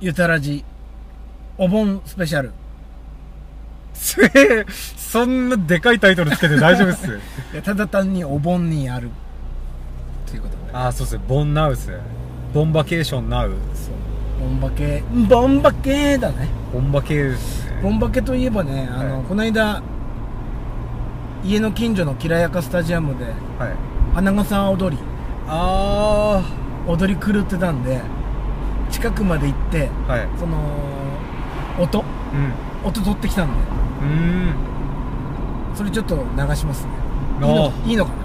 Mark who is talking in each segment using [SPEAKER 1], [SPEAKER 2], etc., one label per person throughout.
[SPEAKER 1] ゆたらじ、お盆スペシャル。
[SPEAKER 2] せえ そんなでかいタイトルつけて大丈夫っす
[SPEAKER 1] いやただ単にお盆にある。ということで。
[SPEAKER 2] ああそうっすボンナウっすボンバケーションナウ
[SPEAKER 1] そう。ボンバケ、ボンバケだね。
[SPEAKER 2] ボンバケーですね
[SPEAKER 1] ボンバケといえばね、あの、
[SPEAKER 2] はい
[SPEAKER 1] この間、家の近所のきらやかスタジアムで、
[SPEAKER 2] はい
[SPEAKER 1] 花笠踊り、
[SPEAKER 2] あ
[SPEAKER 1] 踊り狂ってたんで、近くまで行って、
[SPEAKER 2] あはい
[SPEAKER 1] その、音、
[SPEAKER 2] うん
[SPEAKER 1] 音取ってきたんで、
[SPEAKER 2] うーん
[SPEAKER 1] それちょっと流しますね。いい
[SPEAKER 2] あ
[SPEAKER 1] のいいのかな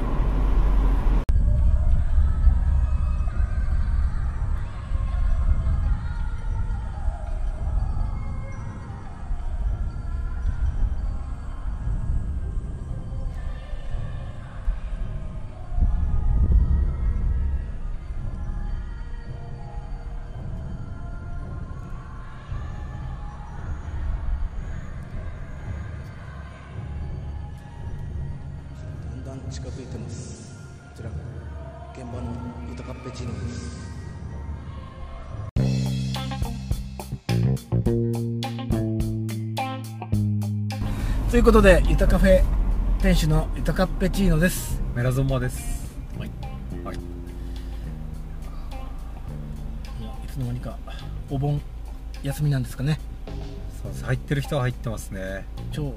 [SPEAKER 3] だんだん近づいてますこちら現場のユタカッペチーノです
[SPEAKER 1] ということで、ゆたカフェ店主のゆたカッペチーノです。
[SPEAKER 2] メラゾンマです
[SPEAKER 1] はい。
[SPEAKER 2] はい
[SPEAKER 1] もういつの間にかお盆休みなんですかね。
[SPEAKER 2] そうです入ってる人は入ってますね
[SPEAKER 1] 超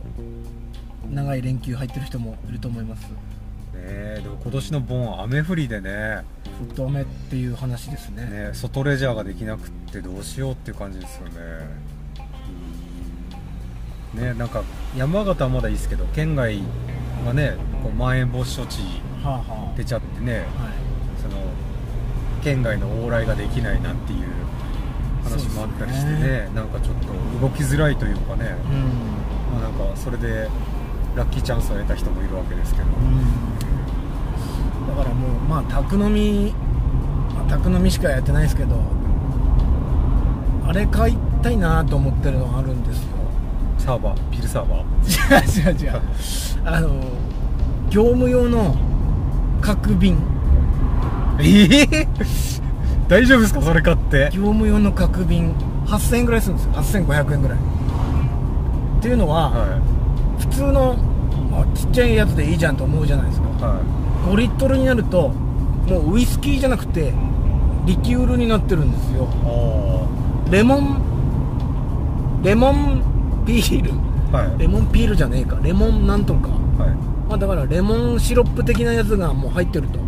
[SPEAKER 1] 長い連休入ってる人もいると思います。
[SPEAKER 2] ねえでも今年のボンは雨降りでね
[SPEAKER 1] ずっと雨っていう話ですね。
[SPEAKER 2] ね外レジャーができなくってどうしようっていう感じですよねねなんか山形はまだいいですけど県外がねこうまん延防止措置
[SPEAKER 1] はあは
[SPEAKER 2] 出ちゃってね
[SPEAKER 1] あ。はい。
[SPEAKER 2] その県外の往来ができないなんていう話もあったりして
[SPEAKER 1] そう
[SPEAKER 2] ねなんかちょっと動きづらいというかね、
[SPEAKER 1] うん。
[SPEAKER 2] まあ、なんかそれでラッキーチャンスを得た人もいるわけですけど、
[SPEAKER 1] だからもうまあ宅飲み、まあ、宅飲みしかやってないですけど、あれ買いたいなと思ってるのあるんですよ。
[SPEAKER 2] サーバービルサーバー
[SPEAKER 1] 違う違う違うあの業務用の角瓶
[SPEAKER 2] ええ 大丈夫ですかそれ買って
[SPEAKER 1] 業務用の角瓶8000円ぐらいするんですよ8500円ぐらいっていうのは、
[SPEAKER 2] は
[SPEAKER 1] 普通の、まあちっちゃいやつでいいじゃんと思うじゃないですか
[SPEAKER 2] いは
[SPEAKER 1] 5リットルになるともうウイスキーじゃなくてリキュールになってるんですよ
[SPEAKER 2] いあ
[SPEAKER 1] レモンレモンピール
[SPEAKER 2] あはい
[SPEAKER 1] レモンピールじゃねえかレモンなんとか、
[SPEAKER 2] はい
[SPEAKER 1] まあ、だからレモンシロップ的なやつがもう入ってると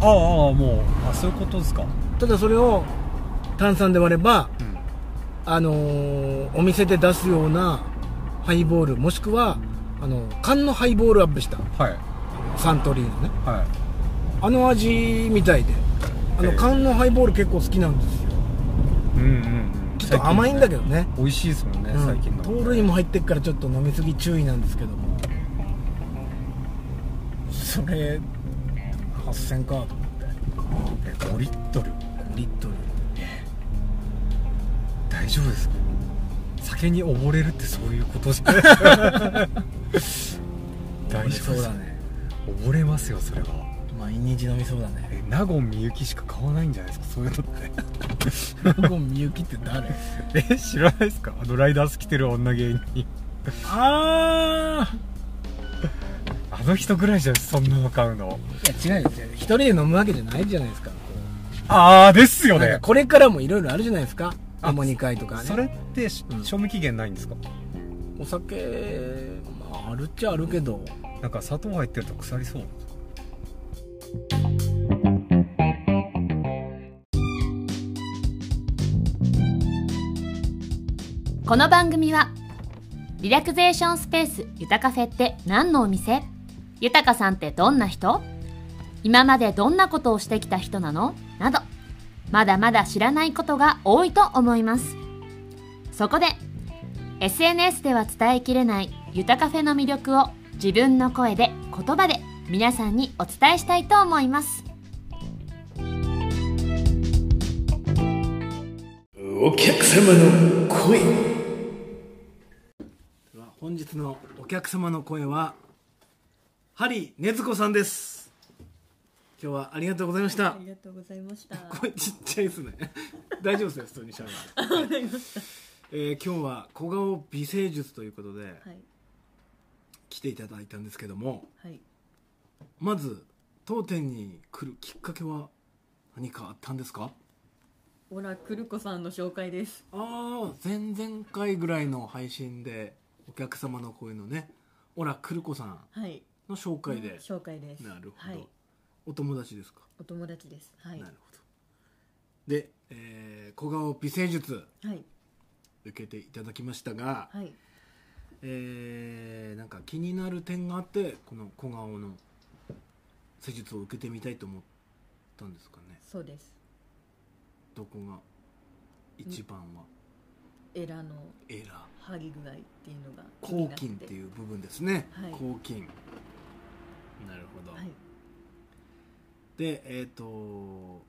[SPEAKER 2] ああああもうあそういうことですか
[SPEAKER 1] ただそれを炭酸で割れば、
[SPEAKER 2] ん
[SPEAKER 1] あのーお店で出すようなハイボールもしくはあの缶のハイボールアップした
[SPEAKER 2] はい
[SPEAKER 1] サントリーのね
[SPEAKER 2] はい
[SPEAKER 1] あの味みたいであ
[SPEAKER 2] え
[SPEAKER 1] の
[SPEAKER 2] え
[SPEAKER 1] 缶のハイボール結構好きなんですよ
[SPEAKER 2] うんうんうん
[SPEAKER 1] ちょっと甘いんだけどね
[SPEAKER 2] 最近美味しいですもんね、
[SPEAKER 1] うん
[SPEAKER 2] 最近の
[SPEAKER 1] 糖類も入ってっからちょっと飲みすぎ注意なんですけどもそれ8000か
[SPEAKER 2] え5リットル
[SPEAKER 1] 5リットル
[SPEAKER 2] 大丈夫ですか酒に溺れるってそういうこと じゃないですか大丈夫です
[SPEAKER 1] そうだね
[SPEAKER 2] 溺れますよそれは
[SPEAKER 1] 毎日飲みそうだ ね
[SPEAKER 2] え納言みゆきしか買わないんじゃないですかそういうのって
[SPEAKER 1] ゴンみゆきって誰
[SPEAKER 2] え知らないですかあのライダース着てる女芸人
[SPEAKER 1] あ
[SPEAKER 2] あの人ぐらいじゃんそんなの買うの
[SPEAKER 1] いや違うよ違う一人で飲むわけじゃないじゃないですかこ
[SPEAKER 2] ああです
[SPEAKER 1] う
[SPEAKER 2] よ
[SPEAKER 1] なん
[SPEAKER 2] ね
[SPEAKER 1] かこれからもいろいろあるじゃないですか
[SPEAKER 2] あ
[SPEAKER 1] 共に会とかね
[SPEAKER 2] それってし
[SPEAKER 1] うん
[SPEAKER 2] 賞味期限ないんですか、
[SPEAKER 1] お酒、まあ、あるっちゃあるけど
[SPEAKER 2] なんか砂糖入ってると腐りそう
[SPEAKER 4] この番組はリラクゼーションスペースゆたカフェって何のお店ゆたかさんってどんな人今までどんなことをしてきた人なのなどまだまだ知らないことが多いと思いますそこで SNS では伝えきれないゆたカフェの魅力を自分の声で言葉で皆さんにお伝えしたいと思います
[SPEAKER 3] お客様の声
[SPEAKER 1] では本日のお客様の声はハリー禰豆子さんです今日はありがとうございました
[SPEAKER 5] ありがとうございました。
[SPEAKER 1] 声ちっちゃいですね 大丈夫ですよ普通にしゃべって、
[SPEAKER 5] わかりました。
[SPEAKER 1] えー今日は小顔美声術ということで
[SPEAKER 5] はい。
[SPEAKER 1] 来ていただいたんですけども
[SPEAKER 5] はい。
[SPEAKER 1] まず当店に来るきっかけは何かあったんですか
[SPEAKER 5] オラクルコさんの紹介です。
[SPEAKER 1] ああ前々回ぐらいの配信でお客様の声のねオラクルコさん
[SPEAKER 5] はい。
[SPEAKER 1] の紹介で、
[SPEAKER 5] 紹介です。
[SPEAKER 1] なるほど、
[SPEAKER 5] はい。
[SPEAKER 1] お友達ですか、
[SPEAKER 5] お友達です。はい。
[SPEAKER 1] な
[SPEAKER 5] は
[SPEAKER 1] るほどで、えー小顔美声術
[SPEAKER 5] い。
[SPEAKER 1] 受けていただきましたが、
[SPEAKER 5] はい。
[SPEAKER 1] えーなんか気になる点があってこの小顔の施術を受けてみたいと思ったんですかね
[SPEAKER 5] そうです。
[SPEAKER 1] どこが一番は
[SPEAKER 5] エラの
[SPEAKER 1] エラ
[SPEAKER 5] 剥ぎ具合っていうのが気に
[SPEAKER 1] 抗
[SPEAKER 5] な
[SPEAKER 1] 菌って
[SPEAKER 5] う。
[SPEAKER 1] いう部分ですね、
[SPEAKER 5] はい
[SPEAKER 1] 抗菌なるほど、
[SPEAKER 5] はい。
[SPEAKER 1] でえっ、と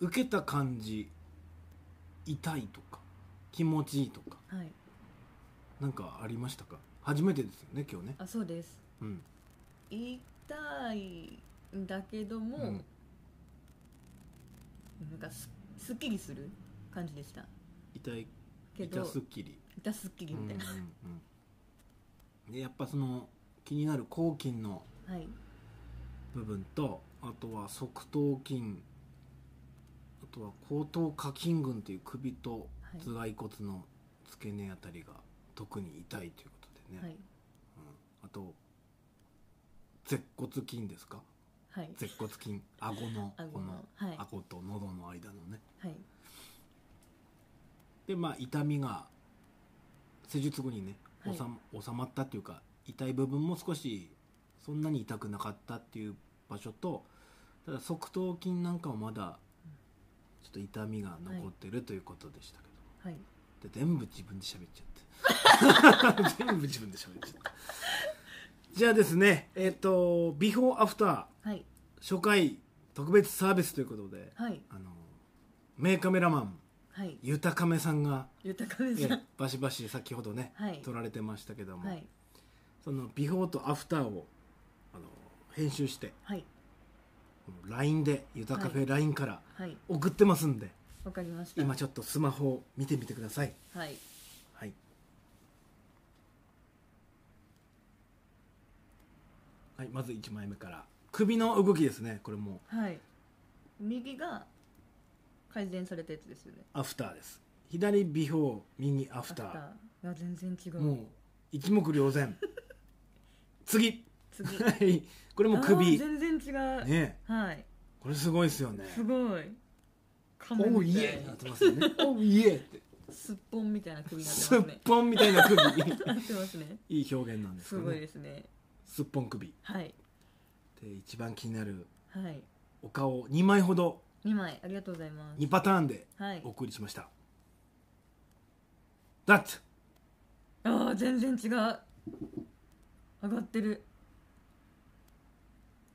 [SPEAKER 1] 受けた感じ痛いとか気持ちいいとか
[SPEAKER 5] はい。
[SPEAKER 1] なんかありましたか初めてですよね今日ね
[SPEAKER 5] あ、そうです。
[SPEAKER 1] うん
[SPEAKER 5] 痛いんだけども、
[SPEAKER 1] うん
[SPEAKER 5] なんかすすっきりする感じでした
[SPEAKER 1] 痛い
[SPEAKER 5] けど
[SPEAKER 1] 痛すっきり
[SPEAKER 5] 痛すっきりみたいな、
[SPEAKER 1] うんうんうんでやっぱその気になる抗菌の
[SPEAKER 5] はい
[SPEAKER 1] 部分とあとは側頭筋あとは後頭下筋群という首と
[SPEAKER 5] はい
[SPEAKER 1] 頭蓋骨の付け根あたりが特に痛いということでね、
[SPEAKER 5] はい
[SPEAKER 1] あと舌骨筋ですか
[SPEAKER 5] はい
[SPEAKER 1] 舌骨 筋顎の
[SPEAKER 5] 顎の
[SPEAKER 1] この
[SPEAKER 5] はい
[SPEAKER 1] 顎と喉の間のね
[SPEAKER 5] はい
[SPEAKER 1] でまあ痛みが施術後にね
[SPEAKER 5] はい
[SPEAKER 1] 収,、収まったっていうか痛い部分も少しそんなに痛くなかったっていう場所とただ側頭筋なんかはまだちょっと痛みが残ってるということでしたけど、
[SPEAKER 5] はい
[SPEAKER 1] で全部自分で喋っちゃって 全部自分で喋っちゃったじゃあですねえっ、とビフォーアフター
[SPEAKER 5] はい
[SPEAKER 1] 初回特別サービスということで、
[SPEAKER 5] はい
[SPEAKER 1] あの名カメラマン
[SPEAKER 5] はい
[SPEAKER 1] ゆたかめさん が
[SPEAKER 5] 豊かで
[SPEAKER 1] え
[SPEAKER 5] す
[SPEAKER 1] えバシバシ先ほどね、
[SPEAKER 5] はい
[SPEAKER 1] 撮られてましたけども、
[SPEAKER 5] はい
[SPEAKER 1] そのビフォーとアフターをあの編集して
[SPEAKER 5] はい
[SPEAKER 1] この LINE で「ゆたカフェ LINE」から
[SPEAKER 5] はい
[SPEAKER 1] 送ってますんで、
[SPEAKER 5] わかりました
[SPEAKER 1] 今ちょっとスマホを見てみてください
[SPEAKER 5] はい
[SPEAKER 1] はいはいまず1枚目から首の動きですねこれも
[SPEAKER 5] はい右が改善されたやつですよね
[SPEAKER 1] アフターです左ビフォー右アフター
[SPEAKER 5] アフターが全然違う
[SPEAKER 1] もう一目瞭然 次
[SPEAKER 5] 次
[SPEAKER 1] はいこれも
[SPEAKER 5] あー
[SPEAKER 1] 首ね
[SPEAKER 5] 全然違う、
[SPEAKER 1] え
[SPEAKER 5] はい
[SPEAKER 1] これすごいですよね
[SPEAKER 5] すごいカメ
[SPEAKER 1] おう
[SPEAKER 5] み
[SPEAKER 1] い
[SPEAKER 5] た
[SPEAKER 1] え
[SPEAKER 5] い
[SPEAKER 1] な
[SPEAKER 5] な
[SPEAKER 1] ってますよ ねおういえって
[SPEAKER 5] すっぽんみたいな首になってます
[SPEAKER 1] すっ
[SPEAKER 5] ね
[SPEAKER 1] ぽんみたいな首
[SPEAKER 5] なってますね
[SPEAKER 1] いい表現なんです
[SPEAKER 5] す
[SPEAKER 1] けど
[SPEAKER 5] ごい
[SPEAKER 1] ね
[SPEAKER 5] ですね
[SPEAKER 1] すっぽん首
[SPEAKER 5] はい
[SPEAKER 1] で一番気になる
[SPEAKER 5] はい
[SPEAKER 1] お顔を2枚ほど
[SPEAKER 5] 2枚ありがとうございます
[SPEAKER 1] 2パターンで
[SPEAKER 5] はい
[SPEAKER 1] お送りしましただっ
[SPEAKER 5] ああ全然違う上がってる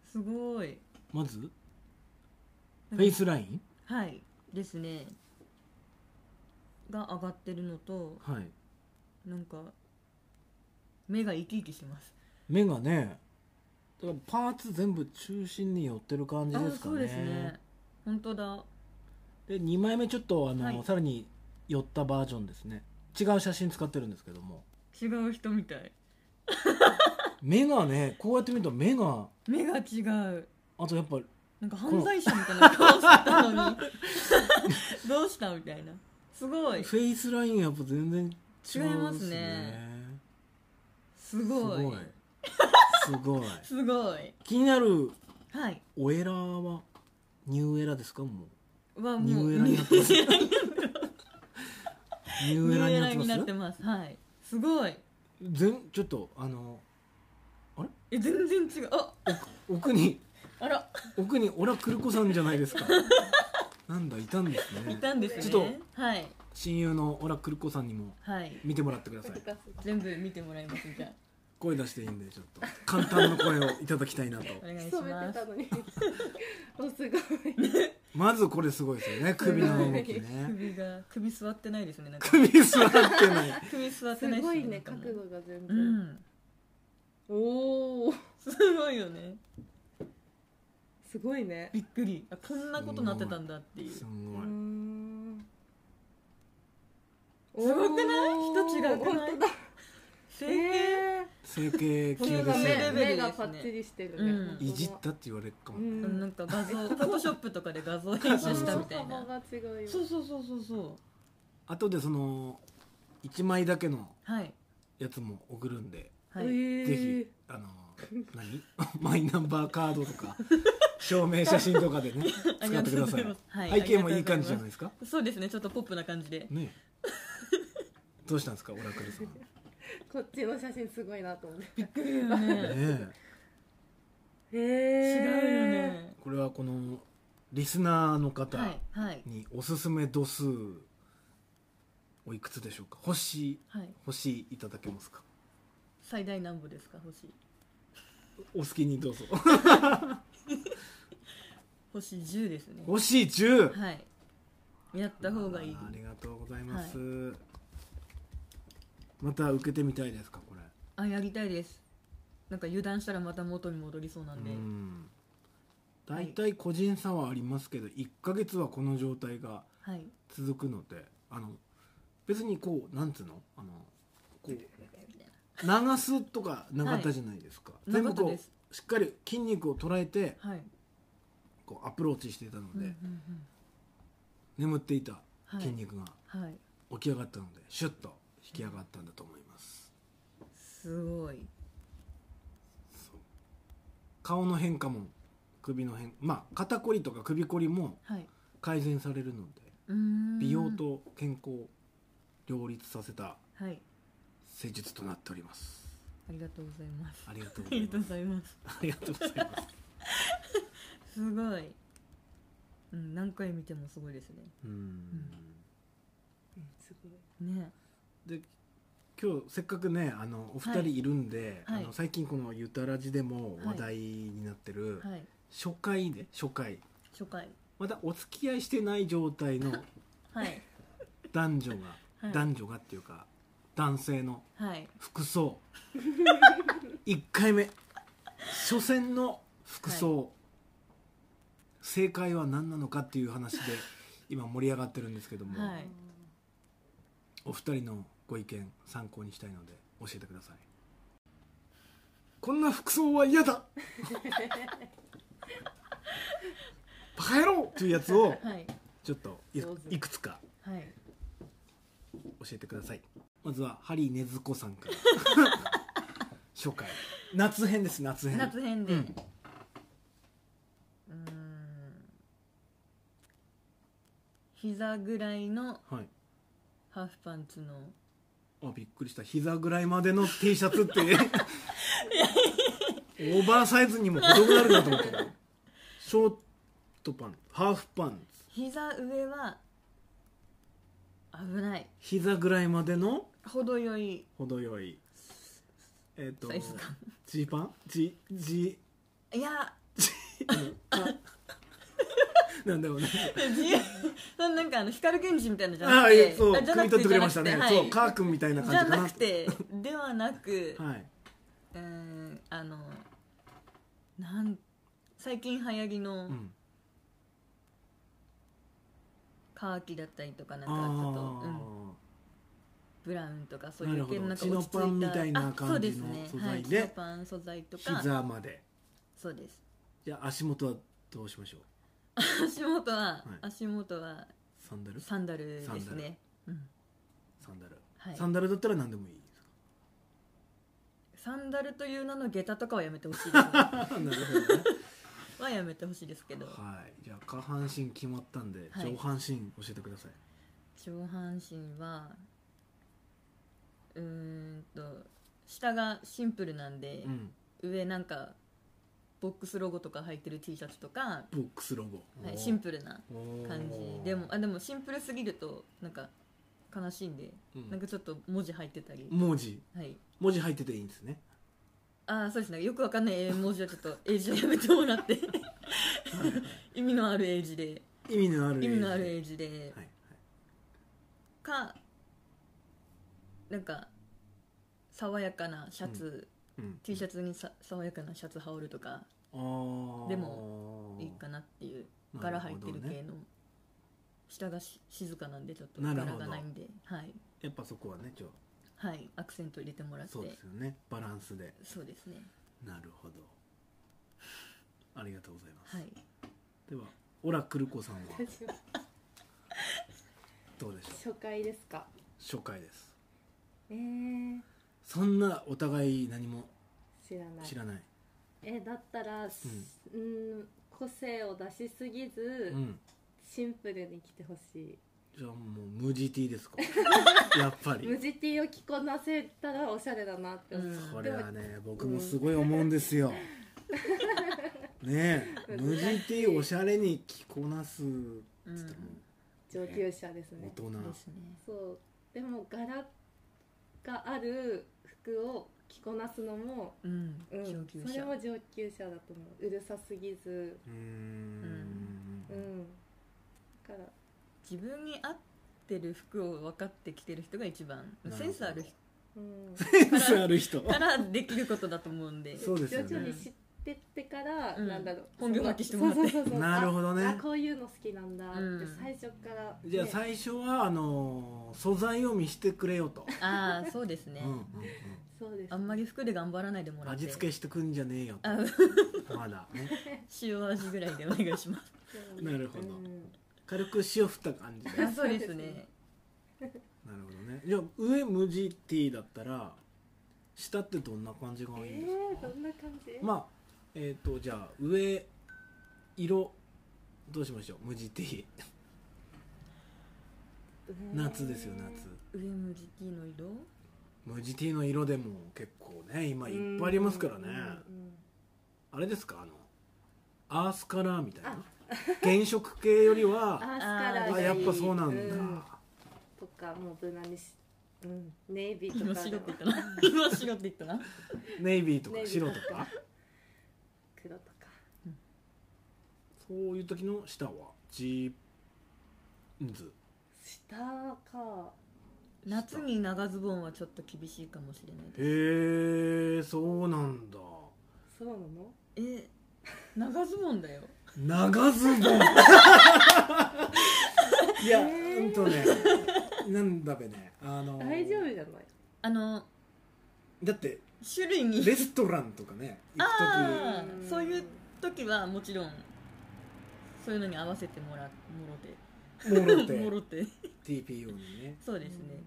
[SPEAKER 5] すごい
[SPEAKER 1] まずフェイスライン
[SPEAKER 5] はいですねが上がってるのと
[SPEAKER 1] はい
[SPEAKER 5] なんか目が生き生きします
[SPEAKER 1] 目がねだからパーツ全部中心に寄ってる感じ
[SPEAKER 5] ああ
[SPEAKER 1] で
[SPEAKER 5] ー
[SPEAKER 1] すかね
[SPEAKER 5] そうですね本当だ
[SPEAKER 1] で2枚目ちょっとあの、
[SPEAKER 5] はい
[SPEAKER 1] さらに寄ったバージョンですね違う写真使ってるんですけども
[SPEAKER 5] 違う人みたい
[SPEAKER 1] 目がねこうやって見ると目が
[SPEAKER 5] 目が違う
[SPEAKER 1] あとやっぱ
[SPEAKER 5] なんか犯罪者みたいな顔してた のにどうしたみたいなすごい
[SPEAKER 1] フェイスラインやっぱ全然違うっす
[SPEAKER 5] 違いますねすごい
[SPEAKER 1] すごいすごい
[SPEAKER 5] すごい
[SPEAKER 1] 気になる
[SPEAKER 5] はい
[SPEAKER 1] おエラはニューエラですかも
[SPEAKER 5] は
[SPEAKER 1] うニ
[SPEAKER 5] もう
[SPEAKER 1] ューエラになって ますニュー
[SPEAKER 5] ニュー
[SPEAKER 1] エ
[SPEAKER 5] エ
[SPEAKER 1] ラ
[SPEAKER 5] ラ
[SPEAKER 1] に
[SPEAKER 5] に
[SPEAKER 1] な
[SPEAKER 5] な
[SPEAKER 1] っ
[SPEAKER 5] ってて
[SPEAKER 1] ま
[SPEAKER 5] ますはいすごい
[SPEAKER 1] す全ちょっとあの
[SPEAKER 5] え全然違うあ
[SPEAKER 1] 奥に
[SPEAKER 5] あら
[SPEAKER 1] 奥にオラクルコさんじゃないですかなんだいたんですね
[SPEAKER 5] いたんですね
[SPEAKER 1] ちょっ
[SPEAKER 5] はい
[SPEAKER 1] 親友のオラクルコさんにも
[SPEAKER 5] はい
[SPEAKER 1] 見てもらってください
[SPEAKER 5] 全部見てもらいますじゃ
[SPEAKER 1] 声出していいんでちょっと簡単な声をいただきたいなと
[SPEAKER 5] あお願いし
[SPEAKER 6] 勤め
[SPEAKER 5] ます
[SPEAKER 6] てたのにおすごい
[SPEAKER 1] まずこれすごいですよね首の動きね
[SPEAKER 5] 首が首座ってないです ねなんか
[SPEAKER 1] 首座ってない
[SPEAKER 5] 首座ってない
[SPEAKER 6] す
[SPEAKER 5] っ
[SPEAKER 6] ごい
[SPEAKER 5] な
[SPEAKER 6] ね
[SPEAKER 5] んかもう
[SPEAKER 6] 角度が全
[SPEAKER 5] う
[SPEAKER 6] 然、
[SPEAKER 5] ん
[SPEAKER 6] おお
[SPEAKER 5] すごいよね
[SPEAKER 6] すごいね
[SPEAKER 5] びっくりあこんなことなってたんだっていう
[SPEAKER 1] す
[SPEAKER 6] う
[SPEAKER 1] ごい、
[SPEAKER 6] ーんす
[SPEAKER 5] すごくない人違くない
[SPEAKER 6] 本当だ
[SPEAKER 5] 整形
[SPEAKER 6] ええ
[SPEAKER 1] 整形系
[SPEAKER 6] 目
[SPEAKER 1] ですよ
[SPEAKER 5] そうだ
[SPEAKER 6] が目
[SPEAKER 1] ね
[SPEAKER 5] ね
[SPEAKER 6] 目がパッチリしてるね、
[SPEAKER 5] うん
[SPEAKER 6] 本当だ
[SPEAKER 1] いじったって言われるかも、
[SPEAKER 6] うん
[SPEAKER 5] なんか画像フォトショップとかで画像編集したみたい
[SPEAKER 6] 顔
[SPEAKER 5] な
[SPEAKER 6] が違うよ
[SPEAKER 5] そうそうそうそうそう
[SPEAKER 1] あとでその1枚だけの
[SPEAKER 5] はい
[SPEAKER 1] やつも送るんで、
[SPEAKER 5] はい、
[SPEAKER 6] ええ
[SPEAKER 1] ぜひあの何 マイナンバーカードとか証明写真とかでね
[SPEAKER 5] あ
[SPEAKER 1] 使
[SPEAKER 5] り
[SPEAKER 1] っ
[SPEAKER 5] が
[SPEAKER 1] てく
[SPEAKER 5] とう
[SPEAKER 1] だ
[SPEAKER 5] ご
[SPEAKER 1] さ
[SPEAKER 5] ざ
[SPEAKER 1] い
[SPEAKER 5] いますはい
[SPEAKER 1] 背景もいい感じじゃない
[SPEAKER 5] い
[SPEAKER 1] ですか
[SPEAKER 5] そうですねちょっとポップな感じで
[SPEAKER 1] ねどうしたんですかオラクルさんね
[SPEAKER 6] こっちの写真すごいなと思って
[SPEAKER 5] びっくりよね
[SPEAKER 1] え
[SPEAKER 6] へ
[SPEAKER 5] 違うよ
[SPEAKER 6] え
[SPEAKER 5] ね
[SPEAKER 1] これはこのリスナーの方
[SPEAKER 5] はいはい
[SPEAKER 1] におすすめ度数おいくつでしょうか星
[SPEAKER 5] はい
[SPEAKER 1] 星いただけますか
[SPEAKER 5] 最大何歩ですか星
[SPEAKER 1] お好きに どうぞ
[SPEAKER 5] 星10ですね
[SPEAKER 1] 星10
[SPEAKER 5] はいやった方がいい
[SPEAKER 1] あーありがとうございます、また受けてみたいですかこれ
[SPEAKER 5] あやりたいですなんか油断したらまた元に戻りそうなんで、
[SPEAKER 1] うん大体個人差はありますけど1ヶ月はこの状態が
[SPEAKER 5] はい
[SPEAKER 1] 続くのであの別にこうなんつうのあのこう流すとかなかったじゃないですか、
[SPEAKER 5] い
[SPEAKER 1] 全
[SPEAKER 5] な
[SPEAKER 1] 部
[SPEAKER 5] かっ
[SPEAKER 1] こ
[SPEAKER 5] たで
[SPEAKER 1] うしっかり筋肉を捉えて
[SPEAKER 5] はい、
[SPEAKER 1] こうアプローチしていたの
[SPEAKER 5] うんうん
[SPEAKER 1] で、
[SPEAKER 5] うん
[SPEAKER 1] 眠っていた
[SPEAKER 5] はい
[SPEAKER 1] 筋肉が
[SPEAKER 5] はい
[SPEAKER 1] 起き上がったので、シュッと引き上がったんだと思います、
[SPEAKER 5] すごい
[SPEAKER 1] そう顔の変化も首の変まあ肩こりとか首こりも
[SPEAKER 5] はい
[SPEAKER 1] 改善されるので
[SPEAKER 5] うーん
[SPEAKER 1] 美容と健康を両立させた
[SPEAKER 5] はい
[SPEAKER 1] 施術となっております
[SPEAKER 5] ありがとうございます
[SPEAKER 1] ありがとう
[SPEAKER 5] あ
[SPEAKER 1] ござ
[SPEAKER 5] り
[SPEAKER 1] い
[SPEAKER 5] がと
[SPEAKER 1] ま
[SPEAKER 5] うご
[SPEAKER 1] す
[SPEAKER 5] ざいます
[SPEAKER 1] ありがとうございます
[SPEAKER 5] すごい、うん、何回見てもすごいですね
[SPEAKER 1] うん
[SPEAKER 6] すごい
[SPEAKER 5] ね
[SPEAKER 1] で今日せっかくねあのお二人いるんで、
[SPEAKER 5] はいはい
[SPEAKER 1] あの最近この「ゆたらじ」でも話題になってる、
[SPEAKER 5] はい
[SPEAKER 1] 初回ね初回
[SPEAKER 5] 初回
[SPEAKER 1] まだお付き合いしてない状態の
[SPEAKER 5] はい
[SPEAKER 1] 男女が、
[SPEAKER 5] はい
[SPEAKER 1] 男女がっていうか男性の
[SPEAKER 5] はい
[SPEAKER 1] 服 装1回目初戦の服装、正解は何なのかっていう話で今盛り上がってるんですけども、
[SPEAKER 5] はい
[SPEAKER 1] お二人のご意見参考にしたいので教えてくださいこんな服装は嫌 だバカ野郎というやつを
[SPEAKER 5] はい
[SPEAKER 1] ちょっとい
[SPEAKER 6] 上手
[SPEAKER 1] いくつか
[SPEAKER 5] はい
[SPEAKER 1] 教えてくださいまずはハリーねずこさん から初回夏編です夏編
[SPEAKER 5] 夏編で
[SPEAKER 1] う
[SPEAKER 5] うんーん膝ぐらいの
[SPEAKER 1] はい
[SPEAKER 5] ハーフパンツの
[SPEAKER 1] あびっくりした膝ぐらいまでの T シャツってオーバーサイズにも程があるなと思ったショートパンハーフパンツ
[SPEAKER 5] 膝上は危ない
[SPEAKER 1] 膝ぐらいまでの
[SPEAKER 5] 程よい
[SPEAKER 1] 程よいえっ、と
[SPEAKER 5] サイズ感
[SPEAKER 1] ジーパンジジ
[SPEAKER 5] いや
[SPEAKER 1] なんだろうね
[SPEAKER 5] 自由そのなんかあの光源氏みたいなのじゃ
[SPEAKER 1] あ
[SPEAKER 5] な
[SPEAKER 1] あ
[SPEAKER 5] く
[SPEAKER 1] い
[SPEAKER 5] て
[SPEAKER 1] やそう
[SPEAKER 5] あじゃ
[SPEAKER 1] 汲
[SPEAKER 5] な
[SPEAKER 1] み
[SPEAKER 5] く
[SPEAKER 1] 取っててくれましたね、
[SPEAKER 5] じゃなくては
[SPEAKER 1] そ
[SPEAKER 5] いう
[SPEAKER 1] カー君みたいな感
[SPEAKER 5] じ
[SPEAKER 1] じ
[SPEAKER 5] ゃ
[SPEAKER 1] かな
[SPEAKER 5] なくてではなく、
[SPEAKER 1] はい、
[SPEAKER 5] うーんあのなん最近流行りの
[SPEAKER 1] うん、
[SPEAKER 5] カーキだったりとかなん
[SPEAKER 1] あ
[SPEAKER 5] かちょっと、
[SPEAKER 1] あ
[SPEAKER 5] うん、ブラウンとかそう
[SPEAKER 1] ないる
[SPEAKER 5] う
[SPEAKER 1] ほど
[SPEAKER 5] 系のなんか
[SPEAKER 1] チノパンみたいな
[SPEAKER 5] あ
[SPEAKER 1] 感
[SPEAKER 5] そうで
[SPEAKER 1] じ
[SPEAKER 5] す
[SPEAKER 1] の
[SPEAKER 5] ね
[SPEAKER 1] 素材で
[SPEAKER 5] はい、チノパン素材とか
[SPEAKER 1] 膝まで
[SPEAKER 5] そうです
[SPEAKER 1] じゃあ足元はどうしましょう
[SPEAKER 5] 足元は、
[SPEAKER 1] い
[SPEAKER 5] 足元は
[SPEAKER 1] サンダルサ
[SPEAKER 5] サンダル
[SPEAKER 1] サ
[SPEAKER 5] で
[SPEAKER 1] ンダ
[SPEAKER 5] す
[SPEAKER 1] ル
[SPEAKER 5] ねうん
[SPEAKER 1] ンダル、
[SPEAKER 5] はい
[SPEAKER 1] サンダルだったら何でもいいですか
[SPEAKER 5] サンダルという名の下駄とかはやめてほしいです、 ね、は
[SPEAKER 1] なるほどね
[SPEAKER 5] やめてほしいですけど
[SPEAKER 1] はいじゃあ下半身決まったんで、
[SPEAKER 5] はい
[SPEAKER 1] 上半身教えてください
[SPEAKER 5] 上半身はうーんと下がシンプルなんで
[SPEAKER 1] う、ん
[SPEAKER 5] 上なんかボックスロゴとか入ってる T シャツとか、は
[SPEAKER 1] ボックスロゴ、
[SPEAKER 5] い、シンプルな
[SPEAKER 1] ル
[SPEAKER 5] 感じでもあでもシンプルすぎるとなんか悲しいんで、
[SPEAKER 1] うん
[SPEAKER 5] なんかちょっと文字入ってたり、
[SPEAKER 1] 文字
[SPEAKER 5] はい
[SPEAKER 1] 文字入ってていいんですね
[SPEAKER 5] ああそうですねよくわかんない英文字はちょっと英字をやめてもらって 意味のある英字で
[SPEAKER 1] 意味のある
[SPEAKER 5] 意味のある
[SPEAKER 1] はい
[SPEAKER 5] 英字で
[SPEAKER 1] はい
[SPEAKER 5] かなんか爽やかなシャツ、
[SPEAKER 1] うん
[SPEAKER 5] T シャツにさ爽やかなシャツ羽織るとか
[SPEAKER 1] で
[SPEAKER 5] でもいいかなっていう柄入ってる系の下がし静かなんでちょっと
[SPEAKER 1] なるほ
[SPEAKER 5] 柄
[SPEAKER 1] ど
[SPEAKER 5] がないんではい
[SPEAKER 1] やっぱそこはねちょ
[SPEAKER 5] はいアクセント入れてもらって
[SPEAKER 1] そうですよねバランスで
[SPEAKER 5] そうですね
[SPEAKER 1] なるほどありがとうございます、
[SPEAKER 5] はい
[SPEAKER 1] ではオラクルコさんは
[SPEAKER 6] 私は
[SPEAKER 1] どうでしょう
[SPEAKER 6] 初回ですか
[SPEAKER 1] 初回です
[SPEAKER 6] えー、
[SPEAKER 1] そんなお互い何も
[SPEAKER 6] 知らない
[SPEAKER 1] 知らない、
[SPEAKER 6] えだったら、すうん、個性を出しすぎず、
[SPEAKER 1] うん
[SPEAKER 6] シンプルに来てほしい
[SPEAKER 1] じゃあもう無 GT ですかやっぱ
[SPEAKER 6] 無
[SPEAKER 1] り
[SPEAKER 6] 地 T を着こなせたらおしゃれだなって思う、
[SPEAKER 5] うん
[SPEAKER 1] これはね僕もすごい思うんですよねえ無 GT おしゃれに着こなすっ
[SPEAKER 5] う
[SPEAKER 1] つっても
[SPEAKER 5] ん
[SPEAKER 6] 上級者です
[SPEAKER 1] 大
[SPEAKER 6] ね
[SPEAKER 1] 人、
[SPEAKER 5] ですね
[SPEAKER 6] そうでも柄がある服を着こなすのも、
[SPEAKER 5] うん
[SPEAKER 6] うん、
[SPEAKER 5] 上級
[SPEAKER 6] それ
[SPEAKER 5] 者
[SPEAKER 6] も上級者だと思ううるさすぎず
[SPEAKER 1] うー
[SPEAKER 6] うんんだから
[SPEAKER 5] 自分に合ってる服を分かってきてる人が一番
[SPEAKER 1] なるほど
[SPEAKER 5] センスある人
[SPEAKER 6] うん
[SPEAKER 1] セ ンスある人
[SPEAKER 5] からできることだと思うんで
[SPEAKER 1] そうですよ
[SPEAKER 6] 徐々
[SPEAKER 1] ね
[SPEAKER 6] に知ってってから、
[SPEAKER 5] うん
[SPEAKER 6] なんだろう
[SPEAKER 5] 本領発揮してもらって
[SPEAKER 6] そうそうそうそう
[SPEAKER 1] なるほどね
[SPEAKER 6] ああこういうの好きなんだって
[SPEAKER 5] うん
[SPEAKER 6] 最初から、ね
[SPEAKER 1] じゃあ最初はあのー素材を見してくれよと、
[SPEAKER 5] ああそうですね
[SPEAKER 1] うんうん
[SPEAKER 6] そうです
[SPEAKER 5] あんまり服で頑張らないで
[SPEAKER 1] う
[SPEAKER 5] も
[SPEAKER 1] ん、
[SPEAKER 5] らって
[SPEAKER 1] 味付けしてくんじゃねえよ
[SPEAKER 5] あ
[SPEAKER 1] とまだね
[SPEAKER 5] 塩味ぐらいでお願いします
[SPEAKER 6] そう
[SPEAKER 1] なるほど
[SPEAKER 6] うん
[SPEAKER 1] 軽く塩振った感じで
[SPEAKER 5] あそうですね
[SPEAKER 1] なるほどねじゃあ上無地 T だったら下ってどんな感じがいい
[SPEAKER 6] え
[SPEAKER 1] んです
[SPEAKER 6] ー、どんな感じ、
[SPEAKER 1] かまあえっ、とじゃあ上色どうしましょう無地 T
[SPEAKER 6] うん
[SPEAKER 1] 夏ですよ夏
[SPEAKER 5] 上向きの色
[SPEAKER 1] 無地 T の色でも結構ね今いっぱいありますからね
[SPEAKER 6] うんうん
[SPEAKER 1] あれですかあのアースカラーみたいな原色系より
[SPEAKER 6] ア
[SPEAKER 1] は
[SPEAKER 6] ースカラ
[SPEAKER 5] あ
[SPEAKER 6] ー
[SPEAKER 1] あ
[SPEAKER 6] がいい
[SPEAKER 1] やっぱそうなんだ、
[SPEAKER 6] うとかもう無難にし、うん、ネイビー
[SPEAKER 5] 今
[SPEAKER 6] とか
[SPEAKER 5] 白
[SPEAKER 6] で
[SPEAKER 5] っ
[SPEAKER 6] も
[SPEAKER 5] て言った な今白って言ったな
[SPEAKER 1] ネイビーとか
[SPEAKER 6] ネイビー
[SPEAKER 1] 白
[SPEAKER 6] と
[SPEAKER 1] と
[SPEAKER 6] か
[SPEAKER 1] か
[SPEAKER 6] 黒とか
[SPEAKER 1] そういう時の下はジーンズ
[SPEAKER 6] 下か
[SPEAKER 5] 夏に長ズボンはちょっと厳しいかもしれないです
[SPEAKER 1] へえそうなんだ
[SPEAKER 6] そうなの
[SPEAKER 5] え長ズボンだよ
[SPEAKER 1] 長ズボン いやうんとねなんだべねあの
[SPEAKER 6] 大丈夫じゃない
[SPEAKER 5] あの
[SPEAKER 1] だって
[SPEAKER 5] 種類に
[SPEAKER 1] レストランとかね行く
[SPEAKER 5] あーそういう時はもちろんそういうのに合わせてもらも
[SPEAKER 1] 時も
[SPEAKER 5] ろ
[SPEAKER 1] ろ
[SPEAKER 5] て もろ
[SPEAKER 1] て
[SPEAKER 5] て
[SPEAKER 1] TPO にね
[SPEAKER 5] そうですね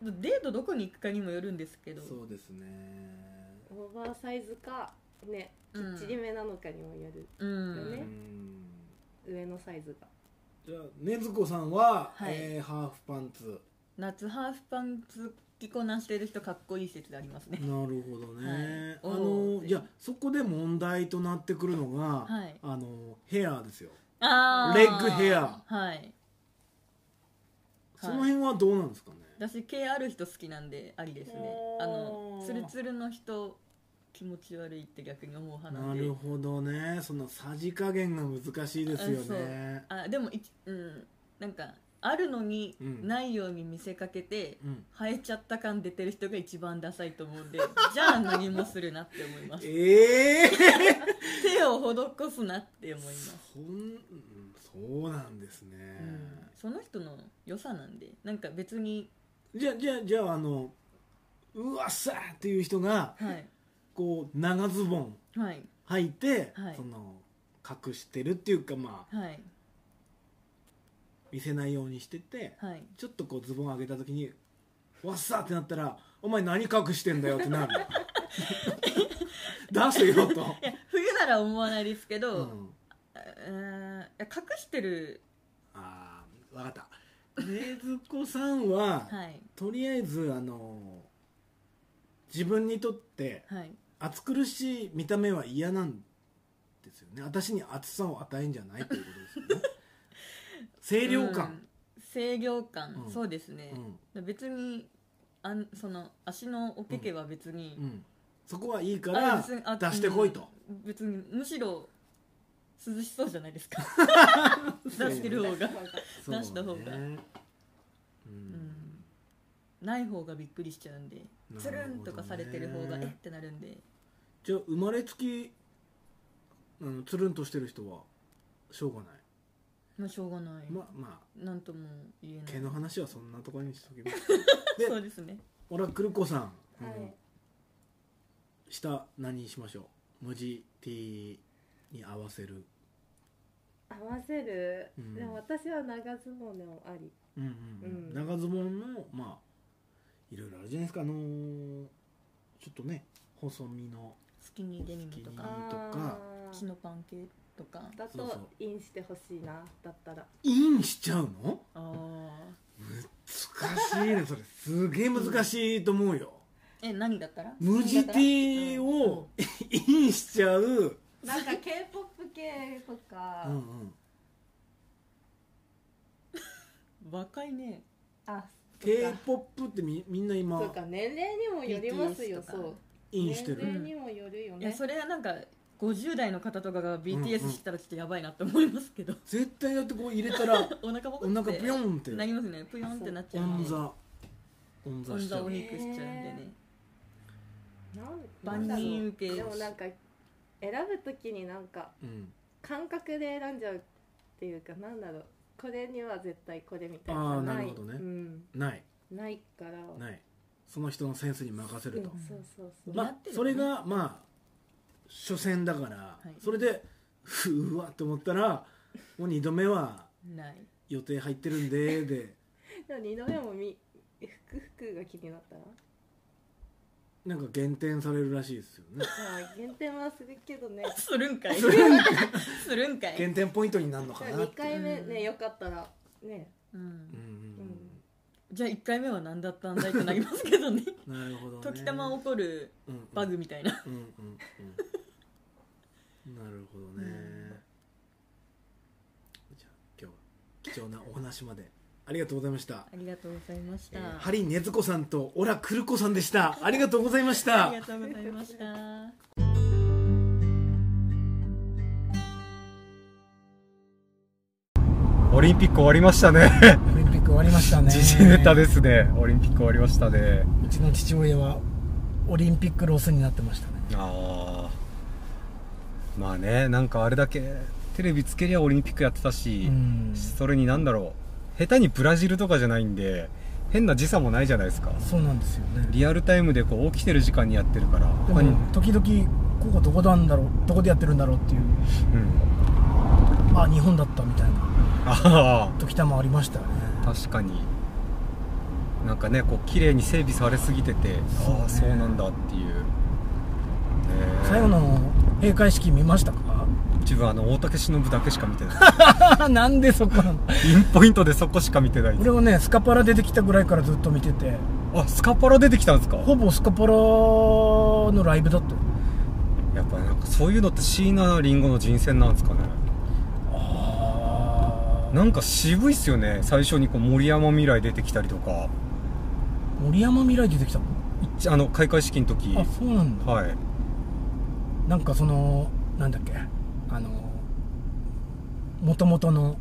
[SPEAKER 5] デートどこに行くかにもよるんですけど
[SPEAKER 1] そうですね
[SPEAKER 6] オーバーサイズかねき
[SPEAKER 5] うん
[SPEAKER 6] っちりめなのかにもよる、
[SPEAKER 5] うん
[SPEAKER 1] う
[SPEAKER 6] ね
[SPEAKER 1] ん
[SPEAKER 6] 上のサイズが
[SPEAKER 1] じゃあ禰豆子さんは、
[SPEAKER 5] はい
[SPEAKER 1] えーハーフパンツ
[SPEAKER 5] 夏ハーフパンツ着こなしてる人かっこいい説ありますね
[SPEAKER 1] なるほどね、
[SPEAKER 5] はい
[SPEAKER 1] あ
[SPEAKER 5] お
[SPEAKER 1] の
[SPEAKER 5] ー
[SPEAKER 1] いやそこで問題となってくるのが、
[SPEAKER 5] はい
[SPEAKER 1] あのヘアですよ
[SPEAKER 5] あー
[SPEAKER 1] レッグヘア
[SPEAKER 5] はい
[SPEAKER 1] その辺はどうなんですかね、
[SPEAKER 5] 私毛ある人好きなんでありですね
[SPEAKER 1] おー
[SPEAKER 5] あのツルツルの人気持ち悪いって逆に思う派な
[SPEAKER 1] なん
[SPEAKER 5] で
[SPEAKER 1] るほどねそのさじ加減が難しいですよね
[SPEAKER 5] あでもいちうんなんかあるのに
[SPEAKER 1] うん
[SPEAKER 5] ないように見せかけて、
[SPEAKER 1] うん
[SPEAKER 5] 生えちゃった感出てる人が一番ダサいと思うんで じゃあ何もするなって思います
[SPEAKER 1] ええー、
[SPEAKER 5] 手を施すなって思います
[SPEAKER 1] そんうんそうなんですね、
[SPEAKER 5] うんその人の良さなんでなんか別に
[SPEAKER 1] じゃあじゃあじゃああのうわっさーっていう人が
[SPEAKER 5] はい
[SPEAKER 1] こう長ズボン
[SPEAKER 5] はい
[SPEAKER 1] 履いて、
[SPEAKER 5] はい
[SPEAKER 1] その隠してるっていうかまあ
[SPEAKER 5] はい
[SPEAKER 1] 見せないようにしてて
[SPEAKER 5] はい
[SPEAKER 1] ちょっとこうズボン上げた時にわっさーってなったら「お前何隠してんだよ」って なる出せよと、
[SPEAKER 5] いや冬なら思わないですけ
[SPEAKER 1] う
[SPEAKER 5] ど、
[SPEAKER 1] ん、
[SPEAKER 5] あうーんいや隠してる
[SPEAKER 1] あーわかった禰豆子さんは、
[SPEAKER 5] はい
[SPEAKER 1] とりあえずあの自分にとって
[SPEAKER 5] はい
[SPEAKER 1] 暑苦しい見た目は嫌なんですよね私に暑さを与えんじゃないということ ですよね清涼感、
[SPEAKER 5] うん清涼感、
[SPEAKER 1] うん
[SPEAKER 5] そうですね
[SPEAKER 1] う、ん
[SPEAKER 5] 別にあんその足のおけけは別に、
[SPEAKER 1] うんそこはいいか
[SPEAKER 5] あ
[SPEAKER 1] ら
[SPEAKER 5] 別にあ
[SPEAKER 1] 出してこいと、
[SPEAKER 5] うん別にむしろ涼しそうじゃないですか出してる方が、
[SPEAKER 1] そうね
[SPEAKER 5] 出した方が
[SPEAKER 1] うん
[SPEAKER 5] うん、ない方がびっくりしちゃうんで
[SPEAKER 1] なるほどね
[SPEAKER 5] つるんとかされてる方がえってなるんで
[SPEAKER 1] じゃあ生まれつきうん、つるんとしてる人はしょうがない
[SPEAKER 5] まあしょうがない、
[SPEAKER 1] まあま
[SPEAKER 5] なんとも言えな
[SPEAKER 1] あ
[SPEAKER 5] い
[SPEAKER 1] 毛の話はそんなところにしときます
[SPEAKER 5] そう
[SPEAKER 1] で
[SPEAKER 5] ですね
[SPEAKER 1] オラクル子さん、
[SPEAKER 6] は
[SPEAKER 1] うん
[SPEAKER 6] い、
[SPEAKER 1] 下何にしましょう文字 T に合わせる
[SPEAKER 6] 合わせる、
[SPEAKER 1] うん
[SPEAKER 6] でも私は長ズボンでもあり
[SPEAKER 1] うんうんうん
[SPEAKER 6] うん
[SPEAKER 1] 長ズボンもまあいろいろあるじゃないですかあのーちょっとね細身の
[SPEAKER 5] スキニーデニムと
[SPEAKER 1] スキニ
[SPEAKER 5] か
[SPEAKER 1] ーとか
[SPEAKER 6] あー
[SPEAKER 5] チノパン系とか
[SPEAKER 6] だ
[SPEAKER 1] そうそう
[SPEAKER 6] とインしてほしいなだったら
[SPEAKER 1] インしちゃうの
[SPEAKER 5] ああ
[SPEAKER 1] 難しいねそれすげえ難しいと思うよ
[SPEAKER 5] え何だったら
[SPEAKER 1] 無地 T をインしちゃう
[SPEAKER 6] なんか k p o p 系とか、
[SPEAKER 1] うんうん
[SPEAKER 5] 若いね
[SPEAKER 6] あ
[SPEAKER 1] k p o p ってみみんな
[SPEAKER 6] そ
[SPEAKER 1] 今
[SPEAKER 6] うか年齢にもよりますよ
[SPEAKER 5] BTS とか
[SPEAKER 6] そう
[SPEAKER 1] インして
[SPEAKER 6] 年
[SPEAKER 1] る
[SPEAKER 6] 齢にもよるよ
[SPEAKER 5] いや
[SPEAKER 6] ね
[SPEAKER 5] それはなんか50代の方とかが
[SPEAKER 1] うん
[SPEAKER 5] BTS したらちょっとやばいなって思いますけど、
[SPEAKER 1] 絶対だってこう入れたら
[SPEAKER 5] お腹
[SPEAKER 1] お
[SPEAKER 5] ボコって
[SPEAKER 1] 腹ピョンって
[SPEAKER 5] なりますねぷよんってなっち
[SPEAKER 1] オ
[SPEAKER 5] ゃうん
[SPEAKER 1] ン
[SPEAKER 5] で
[SPEAKER 1] ザオン
[SPEAKER 5] オ
[SPEAKER 1] ザ
[SPEAKER 5] ン
[SPEAKER 1] しちゃ
[SPEAKER 5] ザお
[SPEAKER 1] う
[SPEAKER 5] 肉しちゃうんでね
[SPEAKER 6] なん
[SPEAKER 5] 万
[SPEAKER 6] なんだろう
[SPEAKER 5] 人受け
[SPEAKER 6] でもなんか選ぶときになんか
[SPEAKER 1] うん
[SPEAKER 6] 感覚で選んじゃうっていうかなんだろうこれには絶対これみたい
[SPEAKER 1] あー
[SPEAKER 6] なない
[SPEAKER 1] なるほどね
[SPEAKER 6] うん、
[SPEAKER 1] ない
[SPEAKER 6] ないから
[SPEAKER 1] ないその人のセンスに任せると
[SPEAKER 6] うんそうそうそう
[SPEAKER 1] ま
[SPEAKER 5] 狙
[SPEAKER 1] あ
[SPEAKER 5] ってるよね
[SPEAKER 1] それがまあ初戦だから、
[SPEAKER 5] い
[SPEAKER 1] それでふうわって思ったらもう2度目は
[SPEAKER 5] ない
[SPEAKER 1] 予定入ってるんでで
[SPEAKER 6] でも二度目もみ服服が気になったら
[SPEAKER 1] なんか減点されるらしいですよ ね
[SPEAKER 6] まあ減点はするけどね
[SPEAKER 5] するんかい
[SPEAKER 1] それが
[SPEAKER 5] するんかい
[SPEAKER 1] 減点ポイントになるのかなっ
[SPEAKER 6] 2
[SPEAKER 1] て
[SPEAKER 6] 回目
[SPEAKER 5] うん
[SPEAKER 6] ねよかったらね
[SPEAKER 5] う
[SPEAKER 1] うん
[SPEAKER 5] ん、じゃあ1回目は何だったんだいってなりますけ どね
[SPEAKER 1] うんうんなるほどね
[SPEAKER 5] 時たま起こる
[SPEAKER 1] うんうん
[SPEAKER 5] バグみたいな
[SPEAKER 1] うんうんうんなるほどね、じゃあ今日は貴重なお話までありがとうございました
[SPEAKER 5] ありがとうございました、
[SPEAKER 1] えーハリネズコさんとオラクルコさんでしたありがとうございました
[SPEAKER 5] ありがとうございました
[SPEAKER 2] オリンピック終わりましたね
[SPEAKER 7] オリンピック終わりましたね
[SPEAKER 2] 時事ネタですねオリンピック終わりましたね
[SPEAKER 7] うちの父親はオリンピックロスになってましたね
[SPEAKER 2] ああまあねなんかあれだけテレビつけりゃオリンピックやってたし、
[SPEAKER 7] うん
[SPEAKER 2] それになんだろう下手にブラジルとかじゃないんで変な時差もないじゃないですか
[SPEAKER 7] そうなんですよね
[SPEAKER 2] リアルタイムでこう起きてる時間にやってるから
[SPEAKER 7] で
[SPEAKER 2] 他に
[SPEAKER 7] も時々ここどこなんだろうどこでやってるんだろうっていう
[SPEAKER 2] うん
[SPEAKER 7] あ日本だったみたいな
[SPEAKER 2] あ
[SPEAKER 7] 時たまありましたよね
[SPEAKER 2] あ確かになんかねこう綺麗に整備されすぎてて
[SPEAKER 7] そうね
[SPEAKER 2] ああそうなんだっていう、え
[SPEAKER 7] 最後の閉会式見ましたか
[SPEAKER 2] 自分あの大竹しのぶだけしか見てな い
[SPEAKER 7] なんでそこなの
[SPEAKER 2] ピンポイントでそこしか見てない
[SPEAKER 7] 俺はねスカパラ出てきたぐらいからずっと見てて
[SPEAKER 2] あスカパラ出てきたんですか
[SPEAKER 7] ほぼスカパラのライブだったよ
[SPEAKER 2] やっぱなんかそういうのって椎名林檎の人選なんですかね
[SPEAKER 7] あ
[SPEAKER 2] なんか渋いっすよね最初にこう森山未来出てきたりとか
[SPEAKER 7] 森山未来出てきたの
[SPEAKER 2] あの開会式の時
[SPEAKER 7] あそうなんだ
[SPEAKER 2] はい
[SPEAKER 7] なんかそのなんだっけあのもともとの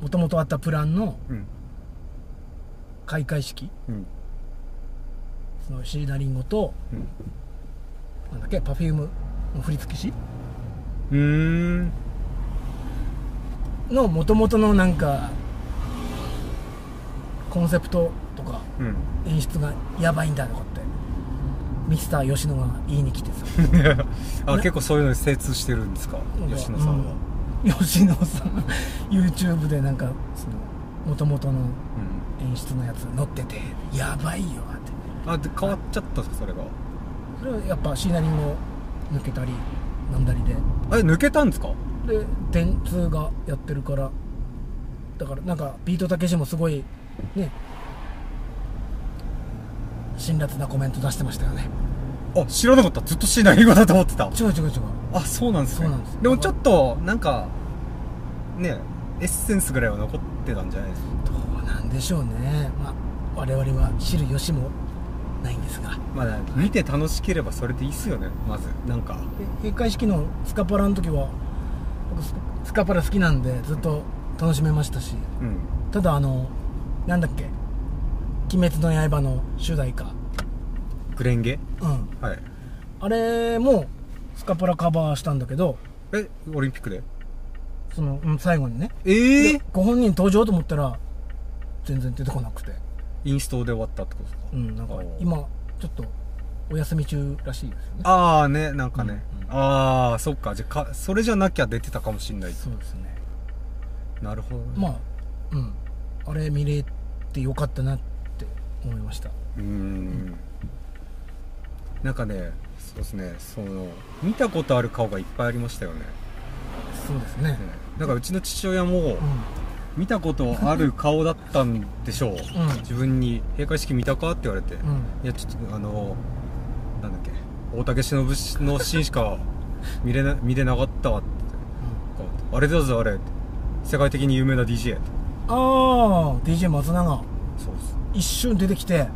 [SPEAKER 7] もともとあったプランの
[SPEAKER 2] うん
[SPEAKER 7] 開会式
[SPEAKER 2] うん
[SPEAKER 7] その椎名林檎と、
[SPEAKER 2] うん
[SPEAKER 7] なんだっけパフュームの振付師
[SPEAKER 2] うーん
[SPEAKER 7] のもともとのなんかコンセプトとか
[SPEAKER 2] うん
[SPEAKER 7] 演出がやばいんだとかってミスター吉野が言いに来てさ
[SPEAKER 2] あ
[SPEAKER 7] な
[SPEAKER 2] 結構そういうのに精通してるんですか 吉野さんは、
[SPEAKER 7] うん吉野さん YouTube でなんかそのもともとの
[SPEAKER 2] うん
[SPEAKER 7] 演出のやつ載っててやばいよって
[SPEAKER 2] あで変わっちゃったんですかそれが
[SPEAKER 7] それはやっぱ椎名林檎抜けたりなんだりで
[SPEAKER 2] あれ抜けたんですか
[SPEAKER 7] で電通がやってるからだからなんかビートたけしもすごいね辛辣なコメント出してましたよね
[SPEAKER 2] あ知らなかったずっと椎名林檎だと思ってた
[SPEAKER 7] 違う違う違う
[SPEAKER 2] あそうなんですね
[SPEAKER 7] そうなんです
[SPEAKER 2] でもちょっとなんかねエッセンスぐらいは残ってたんじゃないですか
[SPEAKER 7] どうなんでしょうねまあ我々は知る由もないんですが
[SPEAKER 2] まだ見て楽しければそれでいいっすよねまずなんか
[SPEAKER 7] で閉会式のスカパラの時は僕ススカパラ好きなんでずっと楽しめましたし
[SPEAKER 2] うん
[SPEAKER 7] ただあのなんだっけ「鬼滅の刃」の主題歌
[SPEAKER 2] グレンゲ
[SPEAKER 7] うん
[SPEAKER 2] はい
[SPEAKER 7] あれもスカパラカバーしたんだけど
[SPEAKER 2] えオリンピックで
[SPEAKER 1] その、うん最後にね。
[SPEAKER 2] ええ
[SPEAKER 1] でご本人登場と思ったら、全然出てこなくて。
[SPEAKER 2] インストで終わったってことですか、
[SPEAKER 1] うん、なんか
[SPEAKER 2] あー
[SPEAKER 1] 今、ちょっと、お休み中らしいですよね。
[SPEAKER 2] ああねなんかね、
[SPEAKER 1] うんうん
[SPEAKER 2] ああそっかじゃあかそれじゃなきゃ出てたかもしんない
[SPEAKER 1] そうですね。
[SPEAKER 2] なるほどね、
[SPEAKER 1] まあ、うん。あれ見れてよかったなって思いました。
[SPEAKER 2] うーんなんかねそうですねその見たことある顔がいっぱいありましたよね
[SPEAKER 1] そうですね
[SPEAKER 2] ね。なんかうちの父親も
[SPEAKER 1] う
[SPEAKER 2] 見たことある顔だったんでしょう、
[SPEAKER 1] ん
[SPEAKER 2] 自分に閉会式見たかって言われて、
[SPEAKER 1] ん。うん。
[SPEAKER 2] いやちょっとあのなんだっけ大竹しのぶしのシーンしか見れな 見れなかったわってあれだぞあれ世界的に有名な DJ
[SPEAKER 1] ああ、DJ 松永。
[SPEAKER 2] そうです、
[SPEAKER 1] 一瞬出てきて、
[SPEAKER 2] はい、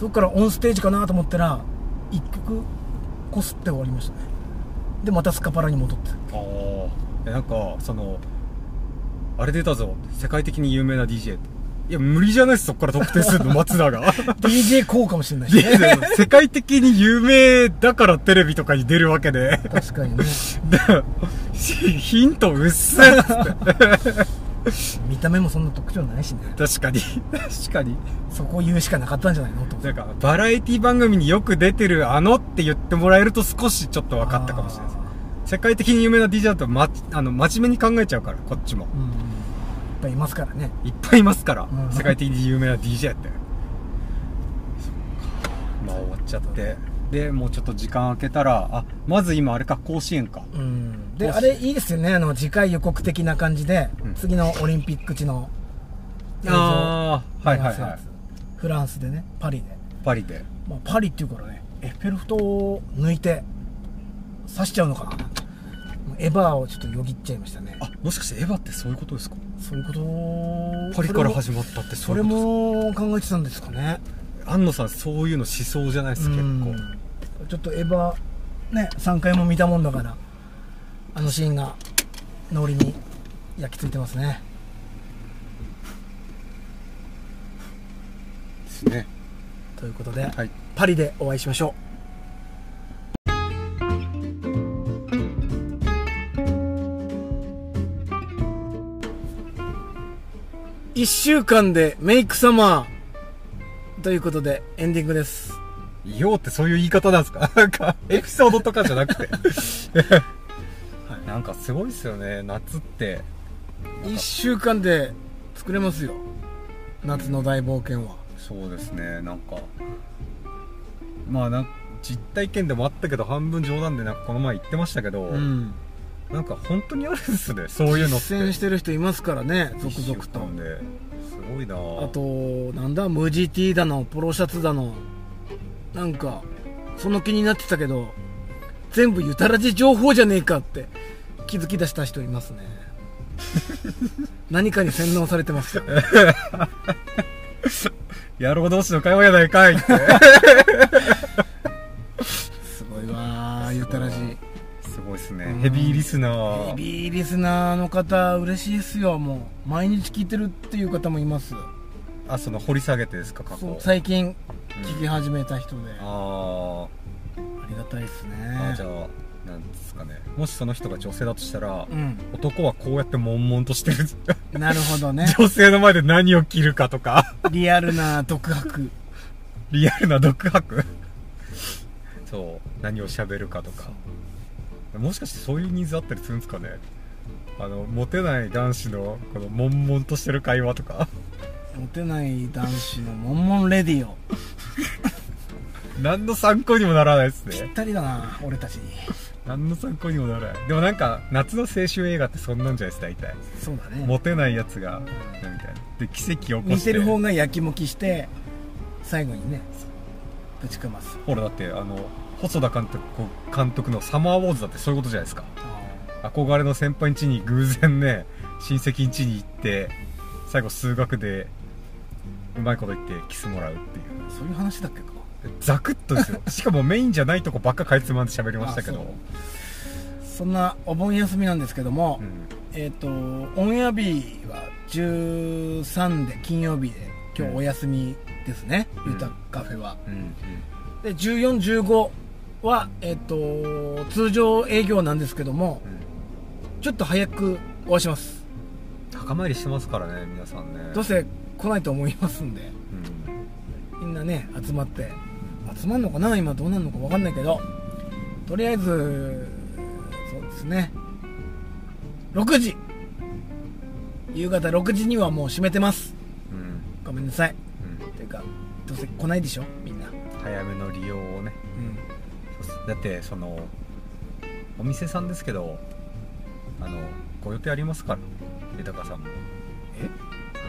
[SPEAKER 1] そこからオンステージかなと思ったら、一曲こすって終わりましたね。で、またスカパラに戻って。
[SPEAKER 2] ああなんかそのあれ出たぞ世界的に有名な DJ いや無理じゃないですそこから特定するの松永
[SPEAKER 1] DJ こうかもしれないし
[SPEAKER 2] い
[SPEAKER 1] ね。
[SPEAKER 2] やでも世界的に有名だからテレビとかに出るわけで
[SPEAKER 1] 確かにね。
[SPEAKER 2] だからヒント薄っつって
[SPEAKER 1] 見た目もそんな特徴ないしね。
[SPEAKER 2] 確かに確かに
[SPEAKER 1] そこを言うしかなかったんじゃないのと。
[SPEAKER 2] なんかバラエティ番組によく出てるあのって言ってもらえると少しちょっと分かったかもしれないです世界的に有名な DJ だと、ま、あの真面目に考えちゃうからこっちも
[SPEAKER 1] あーうん。いっぱいいますからね。
[SPEAKER 2] いっぱいいますから、
[SPEAKER 1] うん
[SPEAKER 2] 世界的に有名な DJ ってまあ終わっちゃってでもうちょっと時間空けたらあまず今あれか甲子園か
[SPEAKER 1] うん。で、
[SPEAKER 2] もし
[SPEAKER 1] あれいいですよね。あの、次回予告的な感じで、
[SPEAKER 2] うん
[SPEAKER 1] 次のオリンピック地の映像
[SPEAKER 2] あーはいはいはい
[SPEAKER 1] フランスでね、パリで。
[SPEAKER 2] パリで
[SPEAKER 1] まあ、パリっていうからねエッフェル塔を抜いて刺しちゃうのかなエヴァをちょっとよぎっちゃいましたね
[SPEAKER 2] あもしかしてエヴァってそういうことですか
[SPEAKER 1] そういうこと
[SPEAKER 2] パリから始まったってそ
[SPEAKER 1] そう
[SPEAKER 2] い
[SPEAKER 1] れ
[SPEAKER 2] うことですか
[SPEAKER 1] も考えてたんですかね
[SPEAKER 2] 安野さんそういうの思想じゃないです結構
[SPEAKER 1] うんちょっとエヴァね3回も見たもんだからあのシーンが脳裏に焼き付いてますね
[SPEAKER 2] ですね
[SPEAKER 1] ということで、
[SPEAKER 2] はい
[SPEAKER 1] パリでお会いしましょう一週間でメイクサマーということでエンディングです
[SPEAKER 2] ようってそういう言い方なんですか なんか、エピソードとかじゃなくて。 はいなんかすごいですよね、夏って。
[SPEAKER 1] 一週間で作れますよ夏の大冒険は
[SPEAKER 2] そうですね、なんか。まあなん実体験でもあったけど、半分冗談でなんかこの前言ってましたけど、
[SPEAKER 1] うん
[SPEAKER 2] なんか本当にあるんですね、そういうのって。
[SPEAKER 1] 実践してる人いますからね続々と
[SPEAKER 2] 一週間で。すごいな
[SPEAKER 1] あ
[SPEAKER 2] あ
[SPEAKER 1] となんだ無地 T だのポロシャツだのなんかその気になってたけど全部ゆたらじ情報じゃねえかって気づき出した人い ますね何かに洗脳されてますよ
[SPEAKER 2] 野郎同士の会話やないかいって。
[SPEAKER 1] すごいわーゆたらじヘ
[SPEAKER 2] すごいですね。ヘビーリスナー。
[SPEAKER 1] ビーリスナーの方嬉しいですよもう毎日聞いてるっていう方もいます
[SPEAKER 2] あ、その掘り下げてですか、過
[SPEAKER 1] そう
[SPEAKER 2] 去。
[SPEAKER 1] 最近聞き始めた人で、あ
[SPEAKER 2] ああ。
[SPEAKER 1] りがたいですね
[SPEAKER 2] あじゃあなんですかねもしその人が女性だとしたら、
[SPEAKER 1] うん
[SPEAKER 2] 男はこうやって悶々としてる
[SPEAKER 1] なるほどね
[SPEAKER 2] 女性の前で何を着るかとか
[SPEAKER 1] リアルな独白
[SPEAKER 2] リアルな独白 そう何を喋るかとかもしかしてそういうニーズあったりするんですかねあのモテない男子のこの悶々としてる会話とか
[SPEAKER 1] モテない男子のモンモンレディオ
[SPEAKER 2] 何の参考にもならないです
[SPEAKER 1] ぴっ
[SPEAKER 2] ね
[SPEAKER 1] たりだな俺たちに
[SPEAKER 2] 何の参考にもならないでもなんか夏の青春映画ってそんなんじゃないです大体
[SPEAKER 1] そうだね
[SPEAKER 2] モテないやつがみたいなで奇跡を起こ
[SPEAKER 1] 見
[SPEAKER 2] して
[SPEAKER 1] てる方がやきもきして最後にねぶちかます
[SPEAKER 2] ほらだってあの細田監督監督の「サマーウォーズ」だってそういうことじゃないですか憧れの先輩ん家に偶然ね親戚ん家に行って最後数学でうまいこと言ってキスもらうっていう
[SPEAKER 1] そういう話だっけか
[SPEAKER 2] ザクッとです よしかもメインじゃないとこばっかかいつまんで喋りましたけ
[SPEAKER 1] あそ
[SPEAKER 2] ど
[SPEAKER 1] そんなお盆休みなんですけども、
[SPEAKER 2] うん
[SPEAKER 1] えっ、とオンエア日は13で金曜日で今
[SPEAKER 2] う
[SPEAKER 1] 日
[SPEAKER 2] ん
[SPEAKER 1] お休みですね、
[SPEAKER 2] うん
[SPEAKER 1] ゆたカフェは
[SPEAKER 2] うんうん
[SPEAKER 1] で1415は、えっと通常営業なんですけども、
[SPEAKER 2] うん
[SPEAKER 1] ちょっと早くお会いします
[SPEAKER 2] 墓参りしてますからね皆さんね
[SPEAKER 1] どうせ来ないと思いますんで
[SPEAKER 2] う
[SPEAKER 1] み
[SPEAKER 2] ん
[SPEAKER 1] んなね集まって集まんのかな今どうなるのか分かんないけどとりあえずそうですね6時夕方6時にはもう閉めてます
[SPEAKER 2] うん
[SPEAKER 1] ごめんなさい
[SPEAKER 2] うん
[SPEAKER 1] ていうかどうせ来ないでしょみんなう
[SPEAKER 2] 早めの利用をね
[SPEAKER 1] ん
[SPEAKER 2] だってそのお店さんですけどあのご予定ありますから豊さんも
[SPEAKER 1] え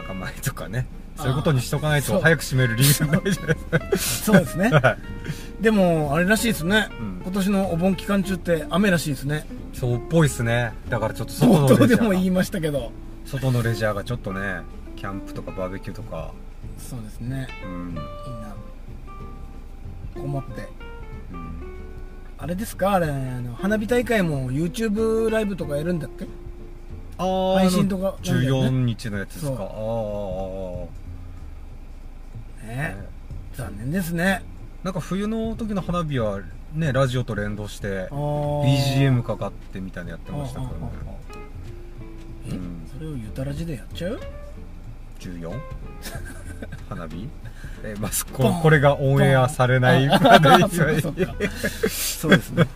[SPEAKER 2] 墓参りとかね
[SPEAKER 1] あー
[SPEAKER 2] そういうことにしとかない
[SPEAKER 1] そ
[SPEAKER 2] と
[SPEAKER 1] う
[SPEAKER 2] 早く閉める理由ないじゃないです
[SPEAKER 1] そうです ね
[SPEAKER 2] か、
[SPEAKER 1] でもあれらしいですね
[SPEAKER 2] うん
[SPEAKER 1] 今年のお盆期間中って雨らしいですね
[SPEAKER 2] そうっぽいっすねだからちょっと外
[SPEAKER 1] 冒
[SPEAKER 2] の
[SPEAKER 1] 頭
[SPEAKER 2] レ
[SPEAKER 1] で
[SPEAKER 2] ジャー
[SPEAKER 1] も
[SPEAKER 2] が
[SPEAKER 1] 言いましたけど
[SPEAKER 2] 外のレジャーがちょっとねキャンプとかバーベキューとか
[SPEAKER 1] そうですね
[SPEAKER 2] うん、
[SPEAKER 1] みんなこもって
[SPEAKER 2] うん
[SPEAKER 1] あれですかあれあの花火大会も YouTube ライブとかやるんだっけ
[SPEAKER 2] あー
[SPEAKER 1] 配信とか
[SPEAKER 2] あの14日のやつですか
[SPEAKER 1] そう
[SPEAKER 2] あーあー
[SPEAKER 1] ね
[SPEAKER 2] あーね
[SPEAKER 1] 残念ですね
[SPEAKER 2] なんか冬の時の花火はねラジオと連動して
[SPEAKER 1] あー
[SPEAKER 2] BGM かかってみたいなのやって
[SPEAKER 1] あー
[SPEAKER 2] ましたけどね
[SPEAKER 1] あーあーえ
[SPEAKER 2] うん
[SPEAKER 1] それをゆたらじでやっちゃう
[SPEAKER 2] 14? 花火えまず
[SPEAKER 1] ボ
[SPEAKER 2] こ
[SPEAKER 1] ン
[SPEAKER 2] これがオンエアされない
[SPEAKER 1] あ
[SPEAKER 2] まで
[SPEAKER 1] あ
[SPEAKER 2] には
[SPEAKER 1] そっかそっかそうです ねじゃ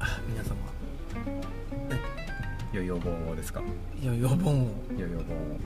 [SPEAKER 1] あ皆様
[SPEAKER 2] よいお盆をですか
[SPEAKER 1] いよいよお盆を
[SPEAKER 2] よいお盆を